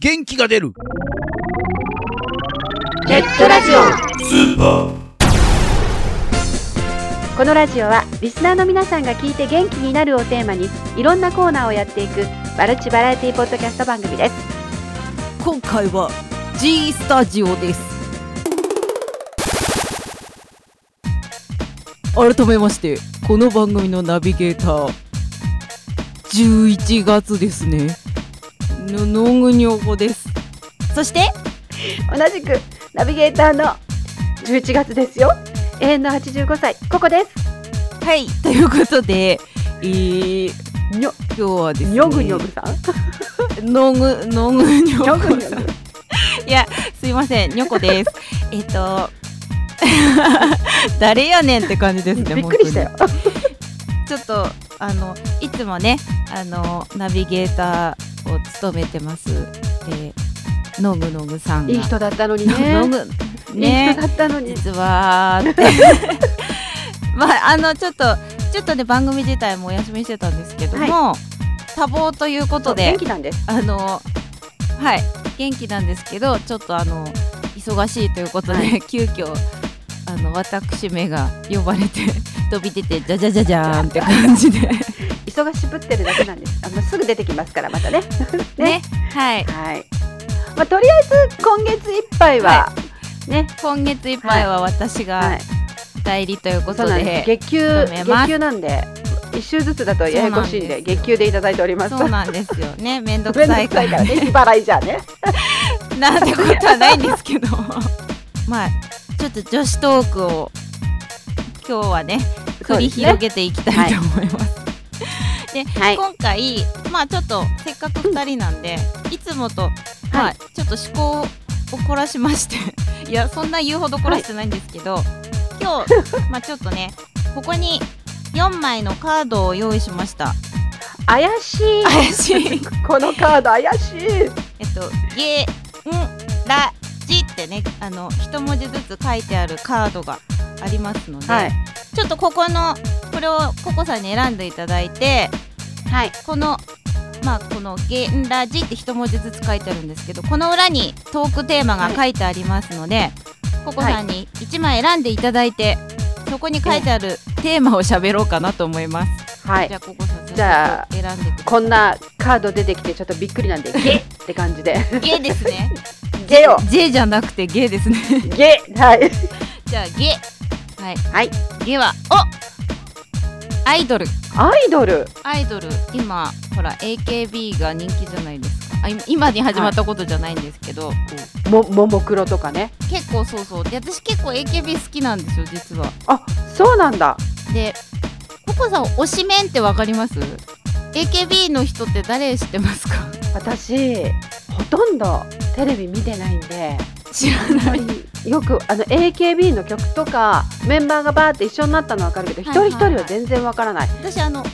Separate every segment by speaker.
Speaker 1: 元気が出る
Speaker 2: ネットラジオこのラジオはリスナーの皆さんが聞いて元気になるをテーマにいろんなコーナーをやっていくマルチバラエティポッドキャスト番組です
Speaker 3: 今回は G スタジオです改めましてこの番組のナビゲーター11月ですねの野口おこですそして
Speaker 2: 同じくナビゲーターの11月ですよ永遠の85歳ここです
Speaker 3: はいということで、えー、
Speaker 2: にょ
Speaker 3: 今日はですね
Speaker 2: にょぐにょぐさん
Speaker 3: 野口野口にょ
Speaker 2: にょ
Speaker 3: こ
Speaker 2: ぐにょぐ
Speaker 3: すいませんにょこですえっと 誰やねんって感じですね
Speaker 2: びっくりしたよ
Speaker 3: ちょっとあのいつもねあのナビゲーターを務めてますでノグノグさんが
Speaker 2: いい人だったのに
Speaker 3: ノ
Speaker 2: ね
Speaker 3: グ
Speaker 2: いい
Speaker 3: ね
Speaker 2: 人だったのに
Speaker 3: 実はって まああのちょっとちょっとね番組自体もお休みしてたんですけども、多忙ということで
Speaker 2: 元気なんです
Speaker 3: あのはい元気なんですけどちょっとあの忙しいということで、
Speaker 2: は
Speaker 3: 急遽あの私めが呼ばれて 飛び出てじゃじゃじゃじゃーんって感じで
Speaker 2: 忙しぶってるだけなんですあのすぐ出てきますからまた ね
Speaker 3: ねはい
Speaker 2: はいまあとりあえず今月いっぱいは、ね
Speaker 3: 今月いっぱいは私
Speaker 2: は
Speaker 3: が
Speaker 2: い
Speaker 3: 代理というこ
Speaker 2: そう
Speaker 3: とで,、
Speaker 2: なんです月給
Speaker 3: 止めます
Speaker 2: 月給なんで一週ずつだとややこしいんで
Speaker 3: そうなんですよ
Speaker 2: 月給でいただいております
Speaker 3: そうなんですよ ねめんどく
Speaker 2: めんど
Speaker 3: さい
Speaker 2: く
Speaker 3: か
Speaker 2: さいかららね日払いじゃね
Speaker 3: なんてことはないんですけど まあちょっと女子トークを今日はね
Speaker 2: そう
Speaker 3: 繰
Speaker 2: で
Speaker 3: り
Speaker 2: すね
Speaker 3: 広げていきたいと思います。
Speaker 2: はい
Speaker 3: 今回まあちょっとせっかく2人なんでいつもと、まあちょっと趣向を凝らしまして いやそんな言うほど凝らしてないんですけど、今日まあちょっとねここに4枚のカードを用意しました
Speaker 2: 怪しい
Speaker 3: 怪しい
Speaker 2: このカード怪しい
Speaker 3: えっと「ゲンラジ」ってねあの一文字ずつ書いてあるカードがありますので、
Speaker 2: はい
Speaker 3: ちょっとここのこれをココさんに選んでいただいて
Speaker 2: はい
Speaker 3: このまあこの「ゲンラジ」って一文字ずつ書いてあるんですけどこの裏にトークテーマが書いてありますので、ココさんに1枚選んでいただいて、そこに書いてあるテーマを喋ろうかなと思います。
Speaker 2: はい
Speaker 3: じゃあココさん
Speaker 2: じゃあ
Speaker 3: 早速選んでください。
Speaker 2: こんなカード出てきてちょっとびっくり なんでゲって感じで
Speaker 3: ゲですね。
Speaker 2: ゲを
Speaker 3: J じゃなくてゲですね。
Speaker 2: ゲはい
Speaker 3: じゃあゲはい、
Speaker 2: はい、
Speaker 3: ゲはおアイドル
Speaker 2: アイドル
Speaker 3: アイドル今ほら AKB が人気じゃないですかあい今に始まったことじゃないんですけど、
Speaker 2: もももクロとかね
Speaker 3: 結構そうそうで私結構 AKB 好きなんですよ実は
Speaker 2: あそうなんだ
Speaker 3: でココさん推しメンってわかります AKB の人って誰知ってま すか
Speaker 2: 私ほとんどテレビ見てないんで
Speaker 3: 知ら
Speaker 2: やっぱ
Speaker 3: ない
Speaker 2: りよくあの AKB の曲とかメンバーがバーって一緒になったのはわかるけど一
Speaker 3: はいは
Speaker 2: 人
Speaker 3: い
Speaker 2: 一人は全然わからない
Speaker 3: 私あの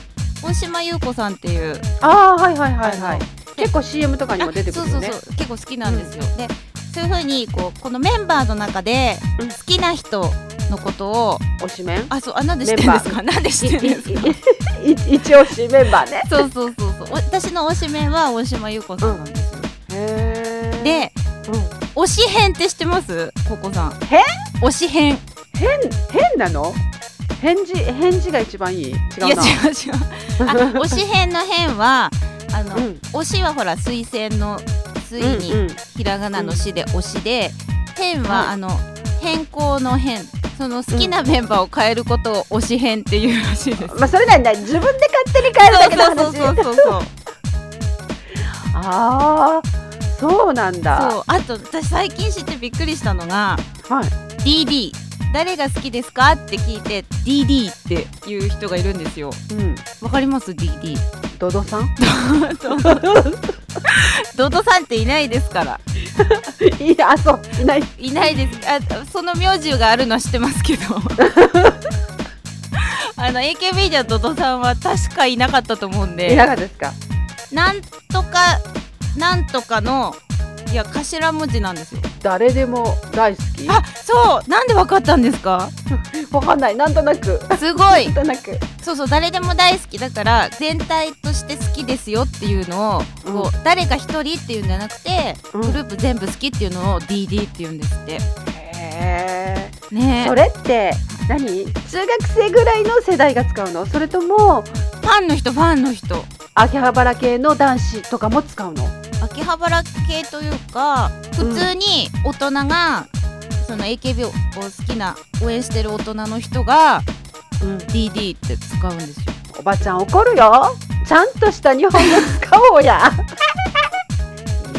Speaker 3: 大島優子さんっていう
Speaker 2: ああはいはいはいは
Speaker 3: あ
Speaker 2: い
Speaker 3: の
Speaker 2: 結構 CM とかにも出てくるよね
Speaker 3: あそうそうそう結構好きなんですよ、でそういうふうにこうこのメンバーの中で
Speaker 2: うん
Speaker 3: 好きな人のことを
Speaker 2: 推しメン
Speaker 3: あそうあなんで知ってるんですかなんで知ってるん ですか
Speaker 2: いいい一押しメンバーね
Speaker 3: そうそうそうそうお私の推しメンは大島優子さんなんですよ、
Speaker 2: へー
Speaker 3: で
Speaker 2: うん
Speaker 3: 推し編って知ってますココさん
Speaker 2: 編
Speaker 3: 推し編
Speaker 2: 変なの返事返事が一番いい違うない
Speaker 3: や違う違うあ推し編の編はあの、
Speaker 2: うん
Speaker 3: 推しはほら推薦の推に、
Speaker 2: うんうん
Speaker 3: ひらがなの「し」で「推し」で「変」
Speaker 2: はい
Speaker 3: はあの変更の「変」その好きなメンバーを変えることを「推し変」っていうらしいです。
Speaker 2: まあそれなんだ自分で勝手に変えるだけの話
Speaker 3: そうそうそうそうそう
Speaker 2: あ あそうなんだ
Speaker 3: そうあと私最近知ってびっくりしたのが
Speaker 2: はい
Speaker 3: DD 誰が好きですかって聞いて DD っていう人がいるんですよ
Speaker 2: うん
Speaker 3: わかりま す DD
Speaker 2: ドドさん
Speaker 3: ドドさんっていないですから
Speaker 2: いやあそういない
Speaker 3: いないですあその名字があるのは知ってま すけどあの AKB じゃドドさんは確かいなかったと思うんで
Speaker 2: いかがですか
Speaker 3: なんとかなんとかのいや頭文字なんですよ。
Speaker 2: 誰でも大好き
Speaker 3: あ、そう。なんでわかったんですか？
Speaker 2: わかんないなんとなく
Speaker 3: すごい
Speaker 2: なんとなく
Speaker 3: そうそう誰でも大好きだから全体として好きですよっていうのをこう、誰か一人っていうんじゃなくて、
Speaker 2: うん
Speaker 3: グループ全部好きっていうのを DD って言うんですって
Speaker 2: へー
Speaker 3: ね
Speaker 2: それって何中学生ぐらいの世代が使うのそれとも
Speaker 3: ファンの人ファンの人
Speaker 2: 秋葉原系の男子とかも使うの
Speaker 3: 秋葉原系というか
Speaker 2: うん
Speaker 3: 普通に大人が、その AKB を好きな応援してる大人の人が
Speaker 2: うん、
Speaker 3: DD って使うんですよ
Speaker 2: おばちゃん怒るよちゃんとした日本語使おう や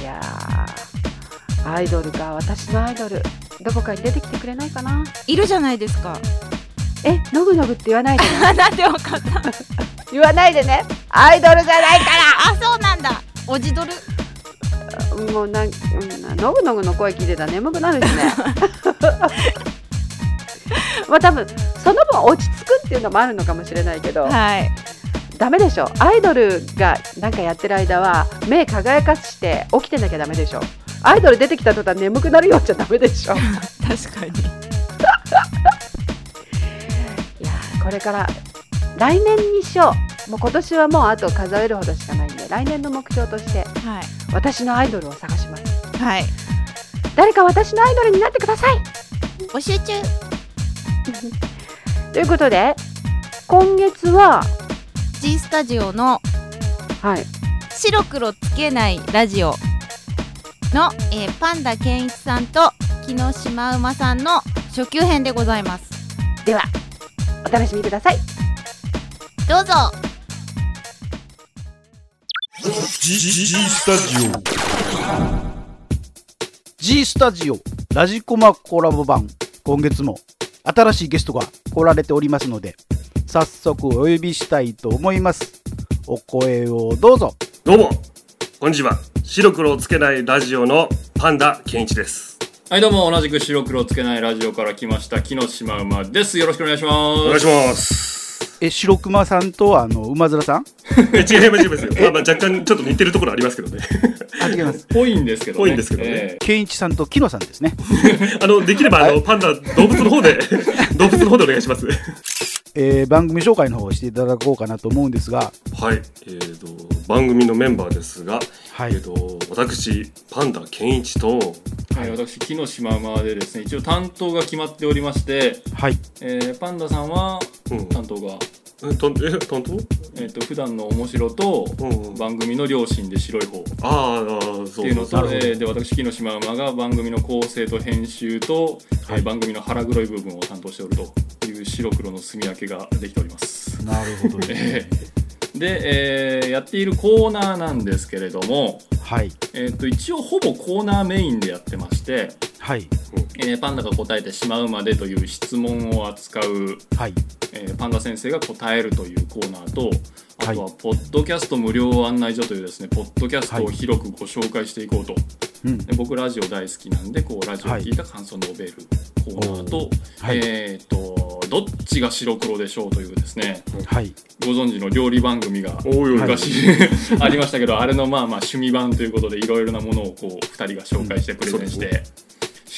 Speaker 2: いやーアイドルか私のアイドルどこかに出てきてくれないかない
Speaker 3: るじゃないですか
Speaker 2: えノブノブって言わないで
Speaker 3: なんでわかった
Speaker 2: 言わないでねアイドルじゃないか
Speaker 3: あそうなんだおじドル
Speaker 2: らもうなん、うん、ノブノブの声聞いてたら眠くなるしね まあ多分その分落ち着くっていうのもあるのかもしれないけど、
Speaker 3: はい
Speaker 2: ダメでしょアイドルがなんかやってる間は目輝かして起きてなきゃダメでしょアイドル出てきた途端眠くなるようじゃダメで しょい
Speaker 3: 確かに
Speaker 2: やーこれから来年にしようもう今年はもうあと数えるほどしかないんで来年の目標として
Speaker 3: はい
Speaker 2: 私のアイドルを探します
Speaker 3: はい
Speaker 2: 誰か私のアイドルになってください
Speaker 3: 募集中
Speaker 2: ということで今月は
Speaker 3: G スタジオの
Speaker 2: はい
Speaker 3: 白黒つけないラジオの、えーパンダケンイチさんと木野シマウマさんの初級編でございます
Speaker 2: ではお楽しみください
Speaker 3: どうぞ
Speaker 1: G, G, G Stadio.
Speaker 4: G スタジオラジコマコラボ版今月も新しいゲストが来られておりますので早速お呼びしたいと思いますお声をどうぞ
Speaker 5: どうもこんにちは白黒をつけないラジオのパンダケンイチです
Speaker 6: はいどうも同じく白黒つけないラジオから来ました木のシマウマですよろしくお願いします
Speaker 5: お願いし ます
Speaker 4: え白熊さんとあの馬面さん
Speaker 5: え違います違いますよ、まあ、まあ若干ちょっと似てるところありますけどね
Speaker 4: あ違います
Speaker 6: ぽいんですけどね
Speaker 5: ぽいんですけどね
Speaker 6: え
Speaker 4: 健一さんと木野さんですね、
Speaker 5: あのできればあのパンダ動物の方 で動物の方でお願いしますはい
Speaker 4: えー番組紹介の方をしていただこうかなと思うんですが
Speaker 5: えー、と番組のメンバーですが、
Speaker 4: は
Speaker 5: えー、と私パンダケンイチと
Speaker 6: えはい、私木のシマウマでですね一応担当が決まっておりまして、
Speaker 4: はい
Speaker 6: えーパンダさんは
Speaker 5: うん
Speaker 6: 担当が、
Speaker 5: えとえ担当
Speaker 6: えー、と普段の面白と
Speaker 5: うんうん
Speaker 6: 番組の両親で白い方っ
Speaker 5: あーあー
Speaker 6: て
Speaker 5: そう
Speaker 6: いうの
Speaker 5: そう
Speaker 6: と、えーで私木のシマウマが番組の構成と編集と、えー番組の腹黒い部分を担当しておるという白黒の住み分けができております
Speaker 4: なるほど
Speaker 6: えーで、えーやっているコーナーなんですけれども、
Speaker 4: はい
Speaker 6: えー、と一応ほぼコーナーメインでやってまして、
Speaker 4: はい
Speaker 6: えーパンダが答えてしまうまでという質問を扱う、
Speaker 4: はい
Speaker 6: えーパンダ先生が答えるというコーナー
Speaker 4: は
Speaker 6: と
Speaker 4: い
Speaker 6: あとはポッドキャスト無料案内所というですねポッドキャストを広くご紹介していこうと、
Speaker 4: うん
Speaker 6: で僕ラジオ大好きなんでこうラジオを聞いた感想のおべるコーナーと,、
Speaker 4: はい
Speaker 6: えー、とどっちが白黒でしょうというですね
Speaker 4: はい
Speaker 6: ご存知の料理番組が
Speaker 5: おいおい、
Speaker 4: はい
Speaker 6: 昔 ありましたけどあれのまあまあ趣味版ということでいろいろなものをこう2人が紹介してプレゼンして。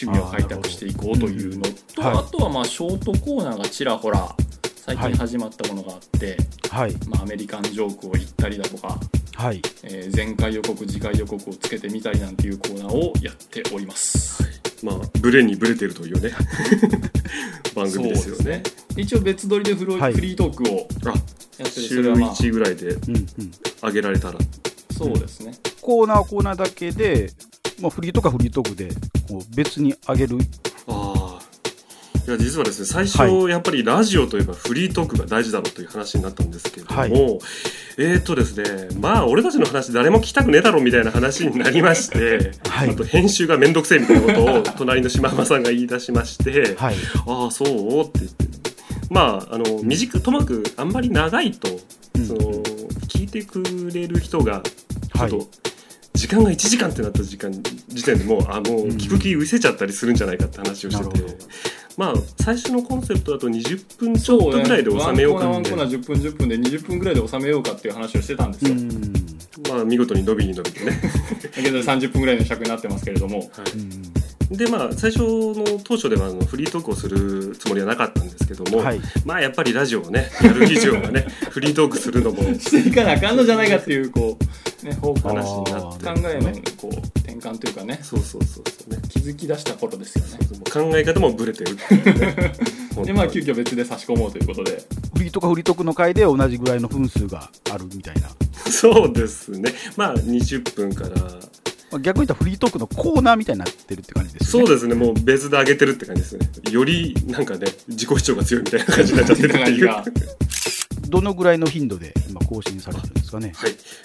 Speaker 6: 趣味を開拓していこうというのと
Speaker 4: あーなる
Speaker 6: あ
Speaker 4: ほど
Speaker 6: とはまあショートコーナーがちらほら最
Speaker 4: はい
Speaker 6: 近始まったものがあって、
Speaker 4: はい
Speaker 6: まあ、アメリカンジョークを言ったりだとか、
Speaker 4: はい
Speaker 6: えー前回予告次回予告をつけてみたりなんていうコーナーをやっております
Speaker 5: まあブレにブレてると いうね番組ですよ
Speaker 6: そう
Speaker 5: ね
Speaker 6: 一応別撮りでフロ、
Speaker 4: はい
Speaker 6: フリートークを
Speaker 5: あ
Speaker 6: やってるそれ
Speaker 5: 週
Speaker 6: はまあ
Speaker 5: 1ぐらいで
Speaker 4: うんうん
Speaker 5: 上げられたら
Speaker 6: そうですね
Speaker 4: コーナーコーナーだけで、まあ、フリーとかフリートークでこう別に上げる
Speaker 5: ああいや実はですね最初、
Speaker 4: は
Speaker 5: やっぱりラジオといえばフリートークが大事だろうという話になったんですけれども、
Speaker 4: はい
Speaker 5: えーっとですねまあ俺たちの話誰も聞きたくねえだろみたいな話になりまして、
Speaker 4: はい
Speaker 5: あと編集がめんどくせえみたいなことを隣の島山さんが言い出しまして、
Speaker 4: はい
Speaker 5: ああそうって言ってまああの短ともかくあんまり長いと、
Speaker 4: うん
Speaker 5: その聞いてくれる人がちょ
Speaker 4: は
Speaker 5: っ
Speaker 4: い
Speaker 5: と時間が1時間ってなった時間時点でもうあもう
Speaker 4: うん
Speaker 5: 聞く気失せちゃったりするんじゃないかって話をして
Speaker 4: なる
Speaker 5: て、
Speaker 4: ほど
Speaker 5: まあ最初のコンセプトだと20分ちょっとぐらいで収めようか
Speaker 6: ワ
Speaker 5: っ
Speaker 6: ンコ
Speaker 5: て、
Speaker 6: ーナーワンコーナー10分10分で20分ぐらいで収めようかっていう話をしてたんです
Speaker 4: う
Speaker 6: よ、
Speaker 4: ん
Speaker 5: まあ見事に伸びに伸びてね
Speaker 6: 現在30分ぐらいの尺になってますけれども、
Speaker 4: うん
Speaker 5: でまあ最初の当初ではあのフリートークをするつもりはなかったんですけども、
Speaker 4: はい
Speaker 5: まあやっぱりラジオをねやる以上はね フリートークするのも
Speaker 6: していかなあかんのじゃないかっていうこう、ね、方向
Speaker 5: 話
Speaker 6: な
Speaker 5: になって
Speaker 6: 考えのこう転換というかね
Speaker 5: そうそうそうそうね
Speaker 6: 気づき出した頃ですよね
Speaker 5: 考え方もブレてるっていうね 本当に
Speaker 6: でまあ急遽別で差し込もうということで
Speaker 4: フリーとかフリートークの回で同じぐらいの分数があるみたいな、
Speaker 5: そうですねまあ20分から
Speaker 4: まあ、逆に言ったらフリートークのコーナーみたいになってるって感じです
Speaker 5: そ
Speaker 4: よ
Speaker 5: う
Speaker 4: ね
Speaker 5: ですね、もう別で上げてるって感じですね。よりなんかね、自己主張が強いみたいな感じになっちゃってるって いう。は
Speaker 6: 感じ
Speaker 4: どのぐらいの頻度で今更新されてるんですかね
Speaker 5: い、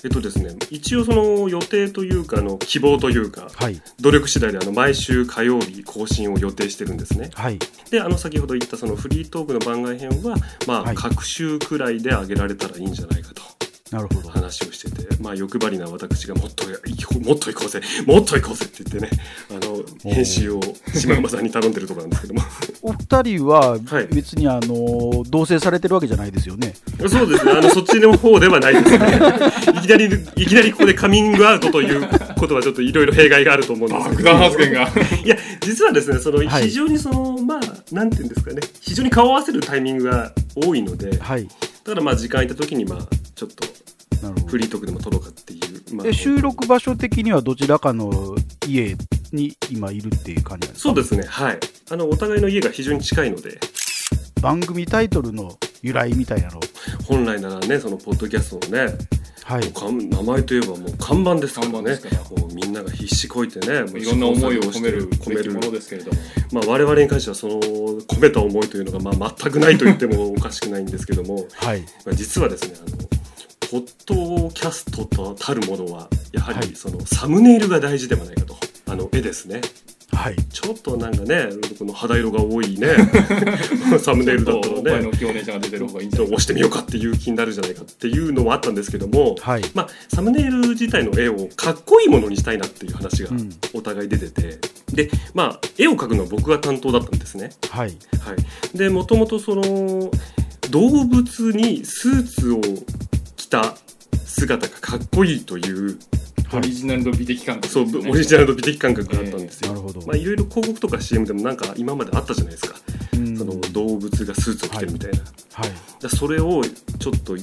Speaker 5: えっとですね、一応その予定というか、あの希望というか、
Speaker 4: はい
Speaker 5: 努力次第であの毎週火曜日更新を予定してるんですね。
Speaker 4: はい
Speaker 5: で、あの先ほど言ったそのフリートークの番外編は、ま
Speaker 4: は
Speaker 5: あ、
Speaker 4: い
Speaker 5: 各週くらいで上げられたらいいんじゃないかと。
Speaker 4: なるほど
Speaker 5: 話をしてて、まあ、欲張りな私がもっといこうもっと行こうぜもっと行こうぜって言ってねあ
Speaker 4: お
Speaker 5: の
Speaker 4: ー
Speaker 5: 編集を島山さんに頼んでるところなんですけども
Speaker 4: お二人は
Speaker 5: はい
Speaker 4: 別にあの同棲されてるわけじゃないですよね
Speaker 5: そうですね、あのそっちの方ではないですね。 いきなり、いきなりここでカミングアウトということは、ちょっといろいろ弊害があると思うんですけど
Speaker 6: 爆弾。発言が
Speaker 5: いや、実はですね、その
Speaker 4: はい
Speaker 5: 非常にその、まあ、なんていうんですかね、非常に顔を合わせるタイミングが多いので。だ
Speaker 4: はい
Speaker 5: から、まあ、時間空いた時に、まあ、ちょっと
Speaker 4: なるほ
Speaker 5: フ
Speaker 4: ど
Speaker 5: リートークでも撮ろうかっていう。まあ
Speaker 4: え収録場所的にはどちらかの家に今いるっていう感じなんですか
Speaker 5: そうですね、はい。あの、お互いの家が非常に近いので、
Speaker 4: 番組タイトルの由来みたいなの
Speaker 5: 本来ならね、そのポッドキャストのね、
Speaker 4: はい
Speaker 5: もうかん名前といえばもう看板ですから
Speaker 6: 看板で
Speaker 5: ね
Speaker 6: すから
Speaker 5: もうみんなが必死こいてねもう
Speaker 6: いろんな思いを込め
Speaker 5: 試
Speaker 6: る
Speaker 5: 行錯
Speaker 6: 込
Speaker 5: 誤し
Speaker 6: め
Speaker 5: て込
Speaker 6: る
Speaker 5: め
Speaker 6: もの
Speaker 5: る、
Speaker 6: ですけれども
Speaker 5: まあ、我々に関してはその込めた思いというのがまあ全くないと言ってもおかしくないんですけども
Speaker 4: はい
Speaker 5: まあ実はですねあのポッドキャストとたるものはやは
Speaker 4: はい
Speaker 5: りそのサムネイルが大事ではないかと。あの絵ですね
Speaker 4: はい
Speaker 5: ちょっとなんかねこの肌色が多い ねサムネイル
Speaker 6: ち
Speaker 5: だ
Speaker 6: ょっ
Speaker 5: った
Speaker 6: と
Speaker 5: ら
Speaker 6: おっぱい
Speaker 5: ね
Speaker 6: の大きいお姉ちゃんが出てる方がいいんじゃない
Speaker 5: 押してみようかっていう気になるじゃないかっていうのもあったんですけども、
Speaker 4: はい
Speaker 5: まあ、サムネイル自体の絵をかっこいいものにしたいなっていう話が
Speaker 4: うん
Speaker 5: お互い出てて、で、まあ、絵を描くのは僕が担当だったんですね。
Speaker 4: はい
Speaker 5: はい、でもともとその動物にスーツを着た姿がかっこいいという
Speaker 6: オリジナルの美的感覚
Speaker 5: そう
Speaker 6: ですよね
Speaker 5: オリジナルの美的感覚があったんです
Speaker 4: な
Speaker 5: よ。
Speaker 4: るほど、
Speaker 5: まあ、いろいろ広告とか CM でもなんか今まであったじゃないですか、
Speaker 4: うん
Speaker 5: その動物がスーツを着てるみたいな、
Speaker 4: はい
Speaker 5: でそれをちょっと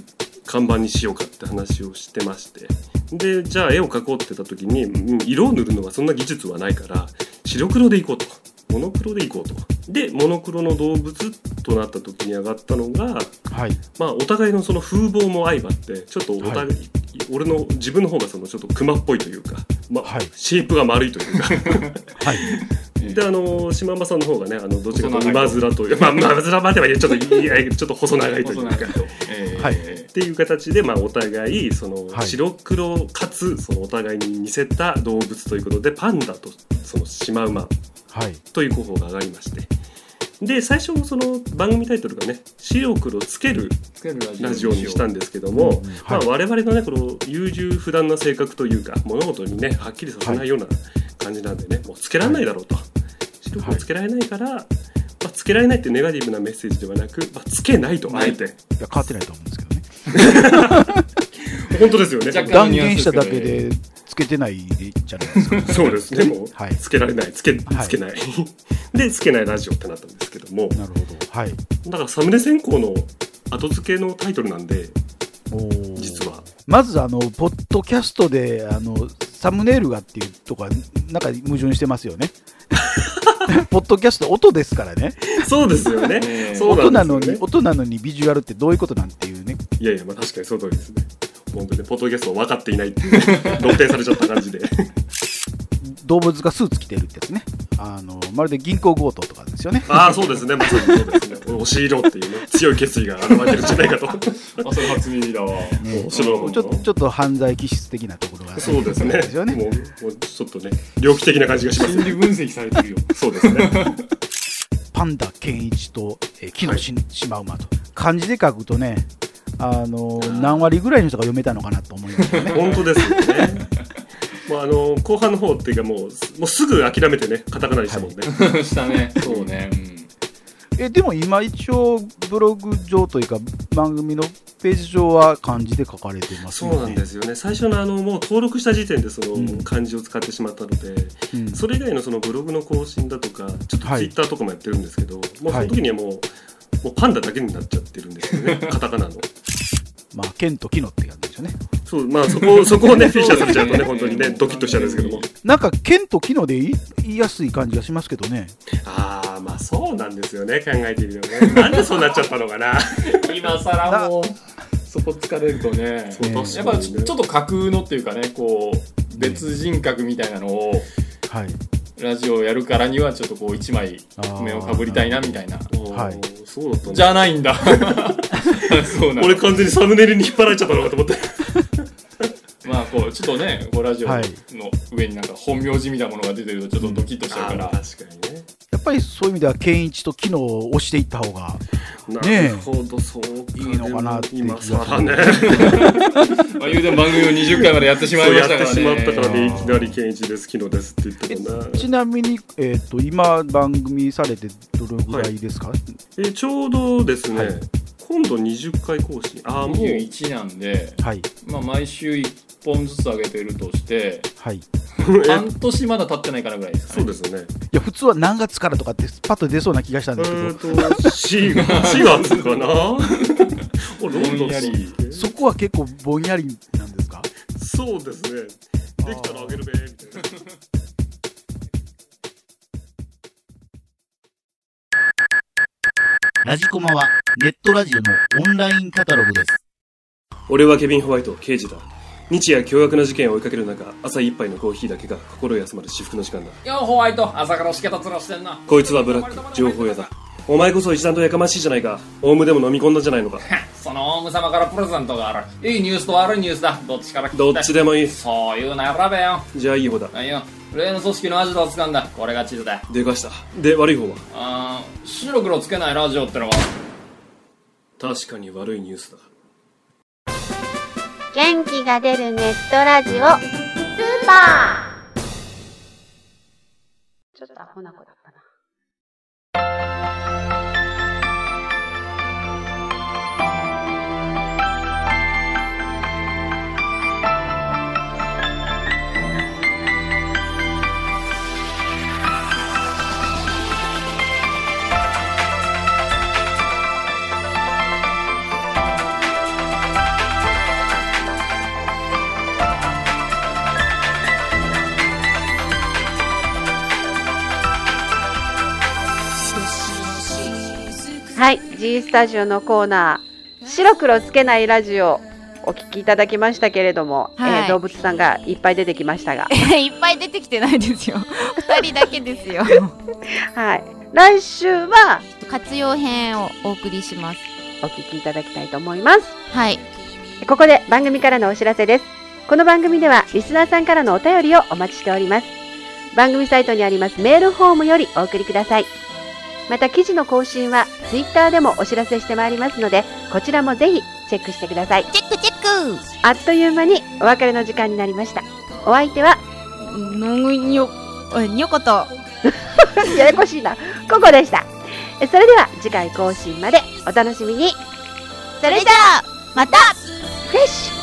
Speaker 5: 看板にしようかって話をしてましてでじゃあ絵を描こうって言った時に、うん色を塗るのはそんな技術はないから白黒でいこうとモノクロでいこうとでモノクロの動物となった時に上がったのが、
Speaker 4: はい
Speaker 5: まあ、お互いのその風貌も相まってちょっとお互い、
Speaker 4: は
Speaker 5: 俺の自分の方がそのちょっと熊っぽいというか、まあ
Speaker 4: はい
Speaker 5: シェイプが丸いというか
Speaker 4: はい
Speaker 5: であの島間さんの方がねあのどちらかというと馬
Speaker 6: 細長
Speaker 5: 面というまあ馬面まではちょっといやちょっと細長いという
Speaker 6: 細
Speaker 5: か
Speaker 6: 長いとえー
Speaker 4: はい
Speaker 5: っていう形で、まあ、お互いその
Speaker 4: はい
Speaker 5: 白黒かつそのお互いに似せた動物ということでパンダとそのシマウマ
Speaker 4: はい
Speaker 5: という候補が上がりましてで最初その番組タイトルがね「白黒つける
Speaker 6: つける
Speaker 5: ラジオ」にしたんですけど
Speaker 4: うんう
Speaker 5: も
Speaker 4: ん、
Speaker 5: まあ、
Speaker 4: はい
Speaker 5: 我々のねこの優柔不断な性格というか物事にねはっきりさせないような感じなんでね、もうつけられないだろうと白黒つけられないから、まあ、つけられないっていうネガティブなメッセージではなく、まあ、つけないとあえて、
Speaker 4: いや変わってないと思うんですけど ね
Speaker 5: 本当ですよね
Speaker 6: 若干
Speaker 4: 断言しただけでつけてないじゃない ですか、
Speaker 5: そうですね、もう、
Speaker 4: はい
Speaker 5: つけられない、つけ、
Speaker 4: はい
Speaker 5: つけない。 で、つけないラジオってなったんですけども、
Speaker 4: なるほどはい
Speaker 5: だからサムネ選考の後付けのタイトルなんで、
Speaker 4: おー
Speaker 5: 実 は。
Speaker 4: まずあのポッドキャストであのサムネイルがっていうとかなんか矛盾してますよ ねポッドキャスト音ですからね
Speaker 5: そうですよね。
Speaker 6: ね
Speaker 5: そう
Speaker 4: 音
Speaker 5: な
Speaker 4: なんの
Speaker 5: ですよ
Speaker 4: に
Speaker 5: ね。
Speaker 4: 音なのにビジュアルってどういうことなんていうね
Speaker 5: いやいや、まあ、確かにその通りですね。本当にねポッドキャストを分かっていないっていうね 露呈されちゃった感じで。
Speaker 4: 動物がスーツ着てるってやつねあのまるで銀行強盗とかですよね
Speaker 5: ああ、そうですね、まさにそうですね。押し入ろうっていうね、強い決意が現れてるんじゃない かと。
Speaker 6: あそれ初耳だわ
Speaker 4: ね
Speaker 5: その
Speaker 4: ちょちょっと犯罪気質的なところが
Speaker 5: そうですね。
Speaker 4: よね
Speaker 5: もう、もうちょっとね、猟奇的な感じがします
Speaker 6: 心
Speaker 5: よ。
Speaker 6: 理分析されてるよ
Speaker 5: そうですね。
Speaker 4: パンダ健一と、えー、木のし、シマウマと漢字で書くとねあのー何割ぐらいの人が読めたのかなと思いますよね
Speaker 5: 本当ですよ ね。もうあの後半の方っていうかもうもうすぐ諦めてねカタカナにしたもんね。
Speaker 6: したねそうねうん
Speaker 4: えでも今一応ブログ上というか番組のページ上は漢字で書かれてます
Speaker 5: そ
Speaker 4: よ
Speaker 5: う
Speaker 4: ね。
Speaker 5: なんですよね最初のあのもう登録した時点でそ
Speaker 4: うん
Speaker 5: の漢字を使ってしまったので、
Speaker 4: うん
Speaker 5: それ以外のそのブログの更新だとかちょっと
Speaker 4: はい
Speaker 5: ツイッターとかもやってるんですけど、もうそ
Speaker 4: は
Speaker 5: の
Speaker 4: い
Speaker 5: 時にはもう,、もうパンダだけになっちゃってるんですよ ねカタカナの
Speaker 4: まあ、剣と木のってやつですよね。
Speaker 5: そう まあそこそこをねフィッシャーされちゃうと
Speaker 6: そ
Speaker 5: ね
Speaker 6: うですね
Speaker 5: 本当にねドキッとしちゃうんですけども
Speaker 4: なんか剣と木ので言い言いやすい感じがしますけどね。
Speaker 5: ああまあそうなんですよね考えてみるよねなんでそうなっちゃったのかな
Speaker 6: 今さらもうそこ疲れるとね
Speaker 5: そう
Speaker 4: ね
Speaker 5: 確
Speaker 6: やっ
Speaker 5: か
Speaker 6: ぱ
Speaker 5: に
Speaker 6: ち
Speaker 5: ね
Speaker 6: ょちょっと架空のっていうかねこう別人格みたいなのを
Speaker 4: はい。
Speaker 6: ラジオやるからにはちょっとこう一枚目をかぶりたいなみたいな
Speaker 4: はい
Speaker 5: おーそうだったんだ
Speaker 6: じゃないんだ そうな ん
Speaker 5: 俺
Speaker 6: だ
Speaker 5: 完全にサムネイルに引っ張られちゃったのかと思って
Speaker 6: まあこうちょっとねこうラジオの
Speaker 4: はい
Speaker 6: 上になんか本名字みたいなものが出てるとちょっとドキッとしちゃうから、
Speaker 5: 確かにね
Speaker 4: やっぱりそういう意味では剣一と木のを押していった方が。
Speaker 5: な
Speaker 4: ねえ
Speaker 5: るほど、そうか。
Speaker 4: いいのかなって気
Speaker 5: で
Speaker 4: が
Speaker 5: も今
Speaker 4: する
Speaker 5: 更ね。
Speaker 6: まあ、言うても番組を20回までやってしまい
Speaker 5: そう
Speaker 6: ま
Speaker 5: やっ
Speaker 6: したか
Speaker 5: て
Speaker 6: ら
Speaker 5: しまったから
Speaker 6: ね
Speaker 5: ね、いきなり健一です、昨日ですって言ってもな。
Speaker 4: ちなみに、えっ、と、今番組されてどれぐらいですか、
Speaker 5: えちょうどですね、
Speaker 4: はい
Speaker 5: 今度20回更新。ああ、もう、
Speaker 6: 21なんで、
Speaker 4: はい。
Speaker 6: まあ、毎週1本ずつ上げてるとして
Speaker 4: はい。い
Speaker 5: え
Speaker 6: 半年まだ経ってないからぐらいですか
Speaker 5: そう
Speaker 6: ね
Speaker 5: ですね。
Speaker 4: や、普通は何月からとかってパッと出そうな気がしたんで
Speaker 5: う
Speaker 4: すけど、
Speaker 5: ーんと、4月かなおロンド
Speaker 6: ぼ
Speaker 5: ン
Speaker 6: んやり
Speaker 4: そこは結構ぼんやりなんですか
Speaker 5: そうですね。できたらあげるべ、みたいな。
Speaker 7: ラジコマはネットラジオのオンラインカタログです。
Speaker 5: 俺はケビン・ホワイト刑事だ日夜凶悪な事件を追いかける中朝一杯のコーヒーだけが心休まる至福の時間だ
Speaker 6: よホワイト朝からしけたつらしてんな
Speaker 5: こいつはブラック情報屋だお前こそ一段とやかましいじゃないかオウムでも飲み込んだんじゃないのか
Speaker 6: その王ム様からプレゼントがあるいいニュースと悪いニュースだどっちから聞きた
Speaker 5: ど
Speaker 6: い
Speaker 5: っちでもいい
Speaker 6: そういうの選べよ
Speaker 5: じゃあいい方だ
Speaker 6: 何よ例の組織のアジトを掴んだこれが地図だ
Speaker 5: でかしたで悪い方は
Speaker 6: あー白黒つけないラジオってのは
Speaker 5: 確かに悪いニュースだ
Speaker 8: 元気が出るネットラジオスーパー
Speaker 2: ちょっとアホな子だったな。はい、G スタジオのコーナー、白黒つけないラジオ、お聞きいただきましたけれども、
Speaker 3: は
Speaker 2: え
Speaker 3: い
Speaker 2: ー動物さんがいっぱい出てきましたが、
Speaker 3: いっぱい出てきてないです よ。二人だけですよ。
Speaker 2: はい、来週は
Speaker 3: 活用編をお送りします。
Speaker 2: お聞きいただきたいと思います。
Speaker 3: はい。
Speaker 2: ここで番組からのお知らせです。この番組ではリスナーさんからのお便りをお待ちしております。番組サイトにありますメールフォームよりお送りください。また記事の更新はツイッターでもお知らせしてまいりますので、こちらもぜひチェックしてください。
Speaker 3: チェックチェッ
Speaker 2: あっという間にお別れの時間になりました。お相手は、
Speaker 3: クのぐにょ、にょこと。
Speaker 2: ややこしいな、ここでした。えそれでは次回更新までお楽しみに。
Speaker 3: それじゃあ、また
Speaker 2: フレッシュ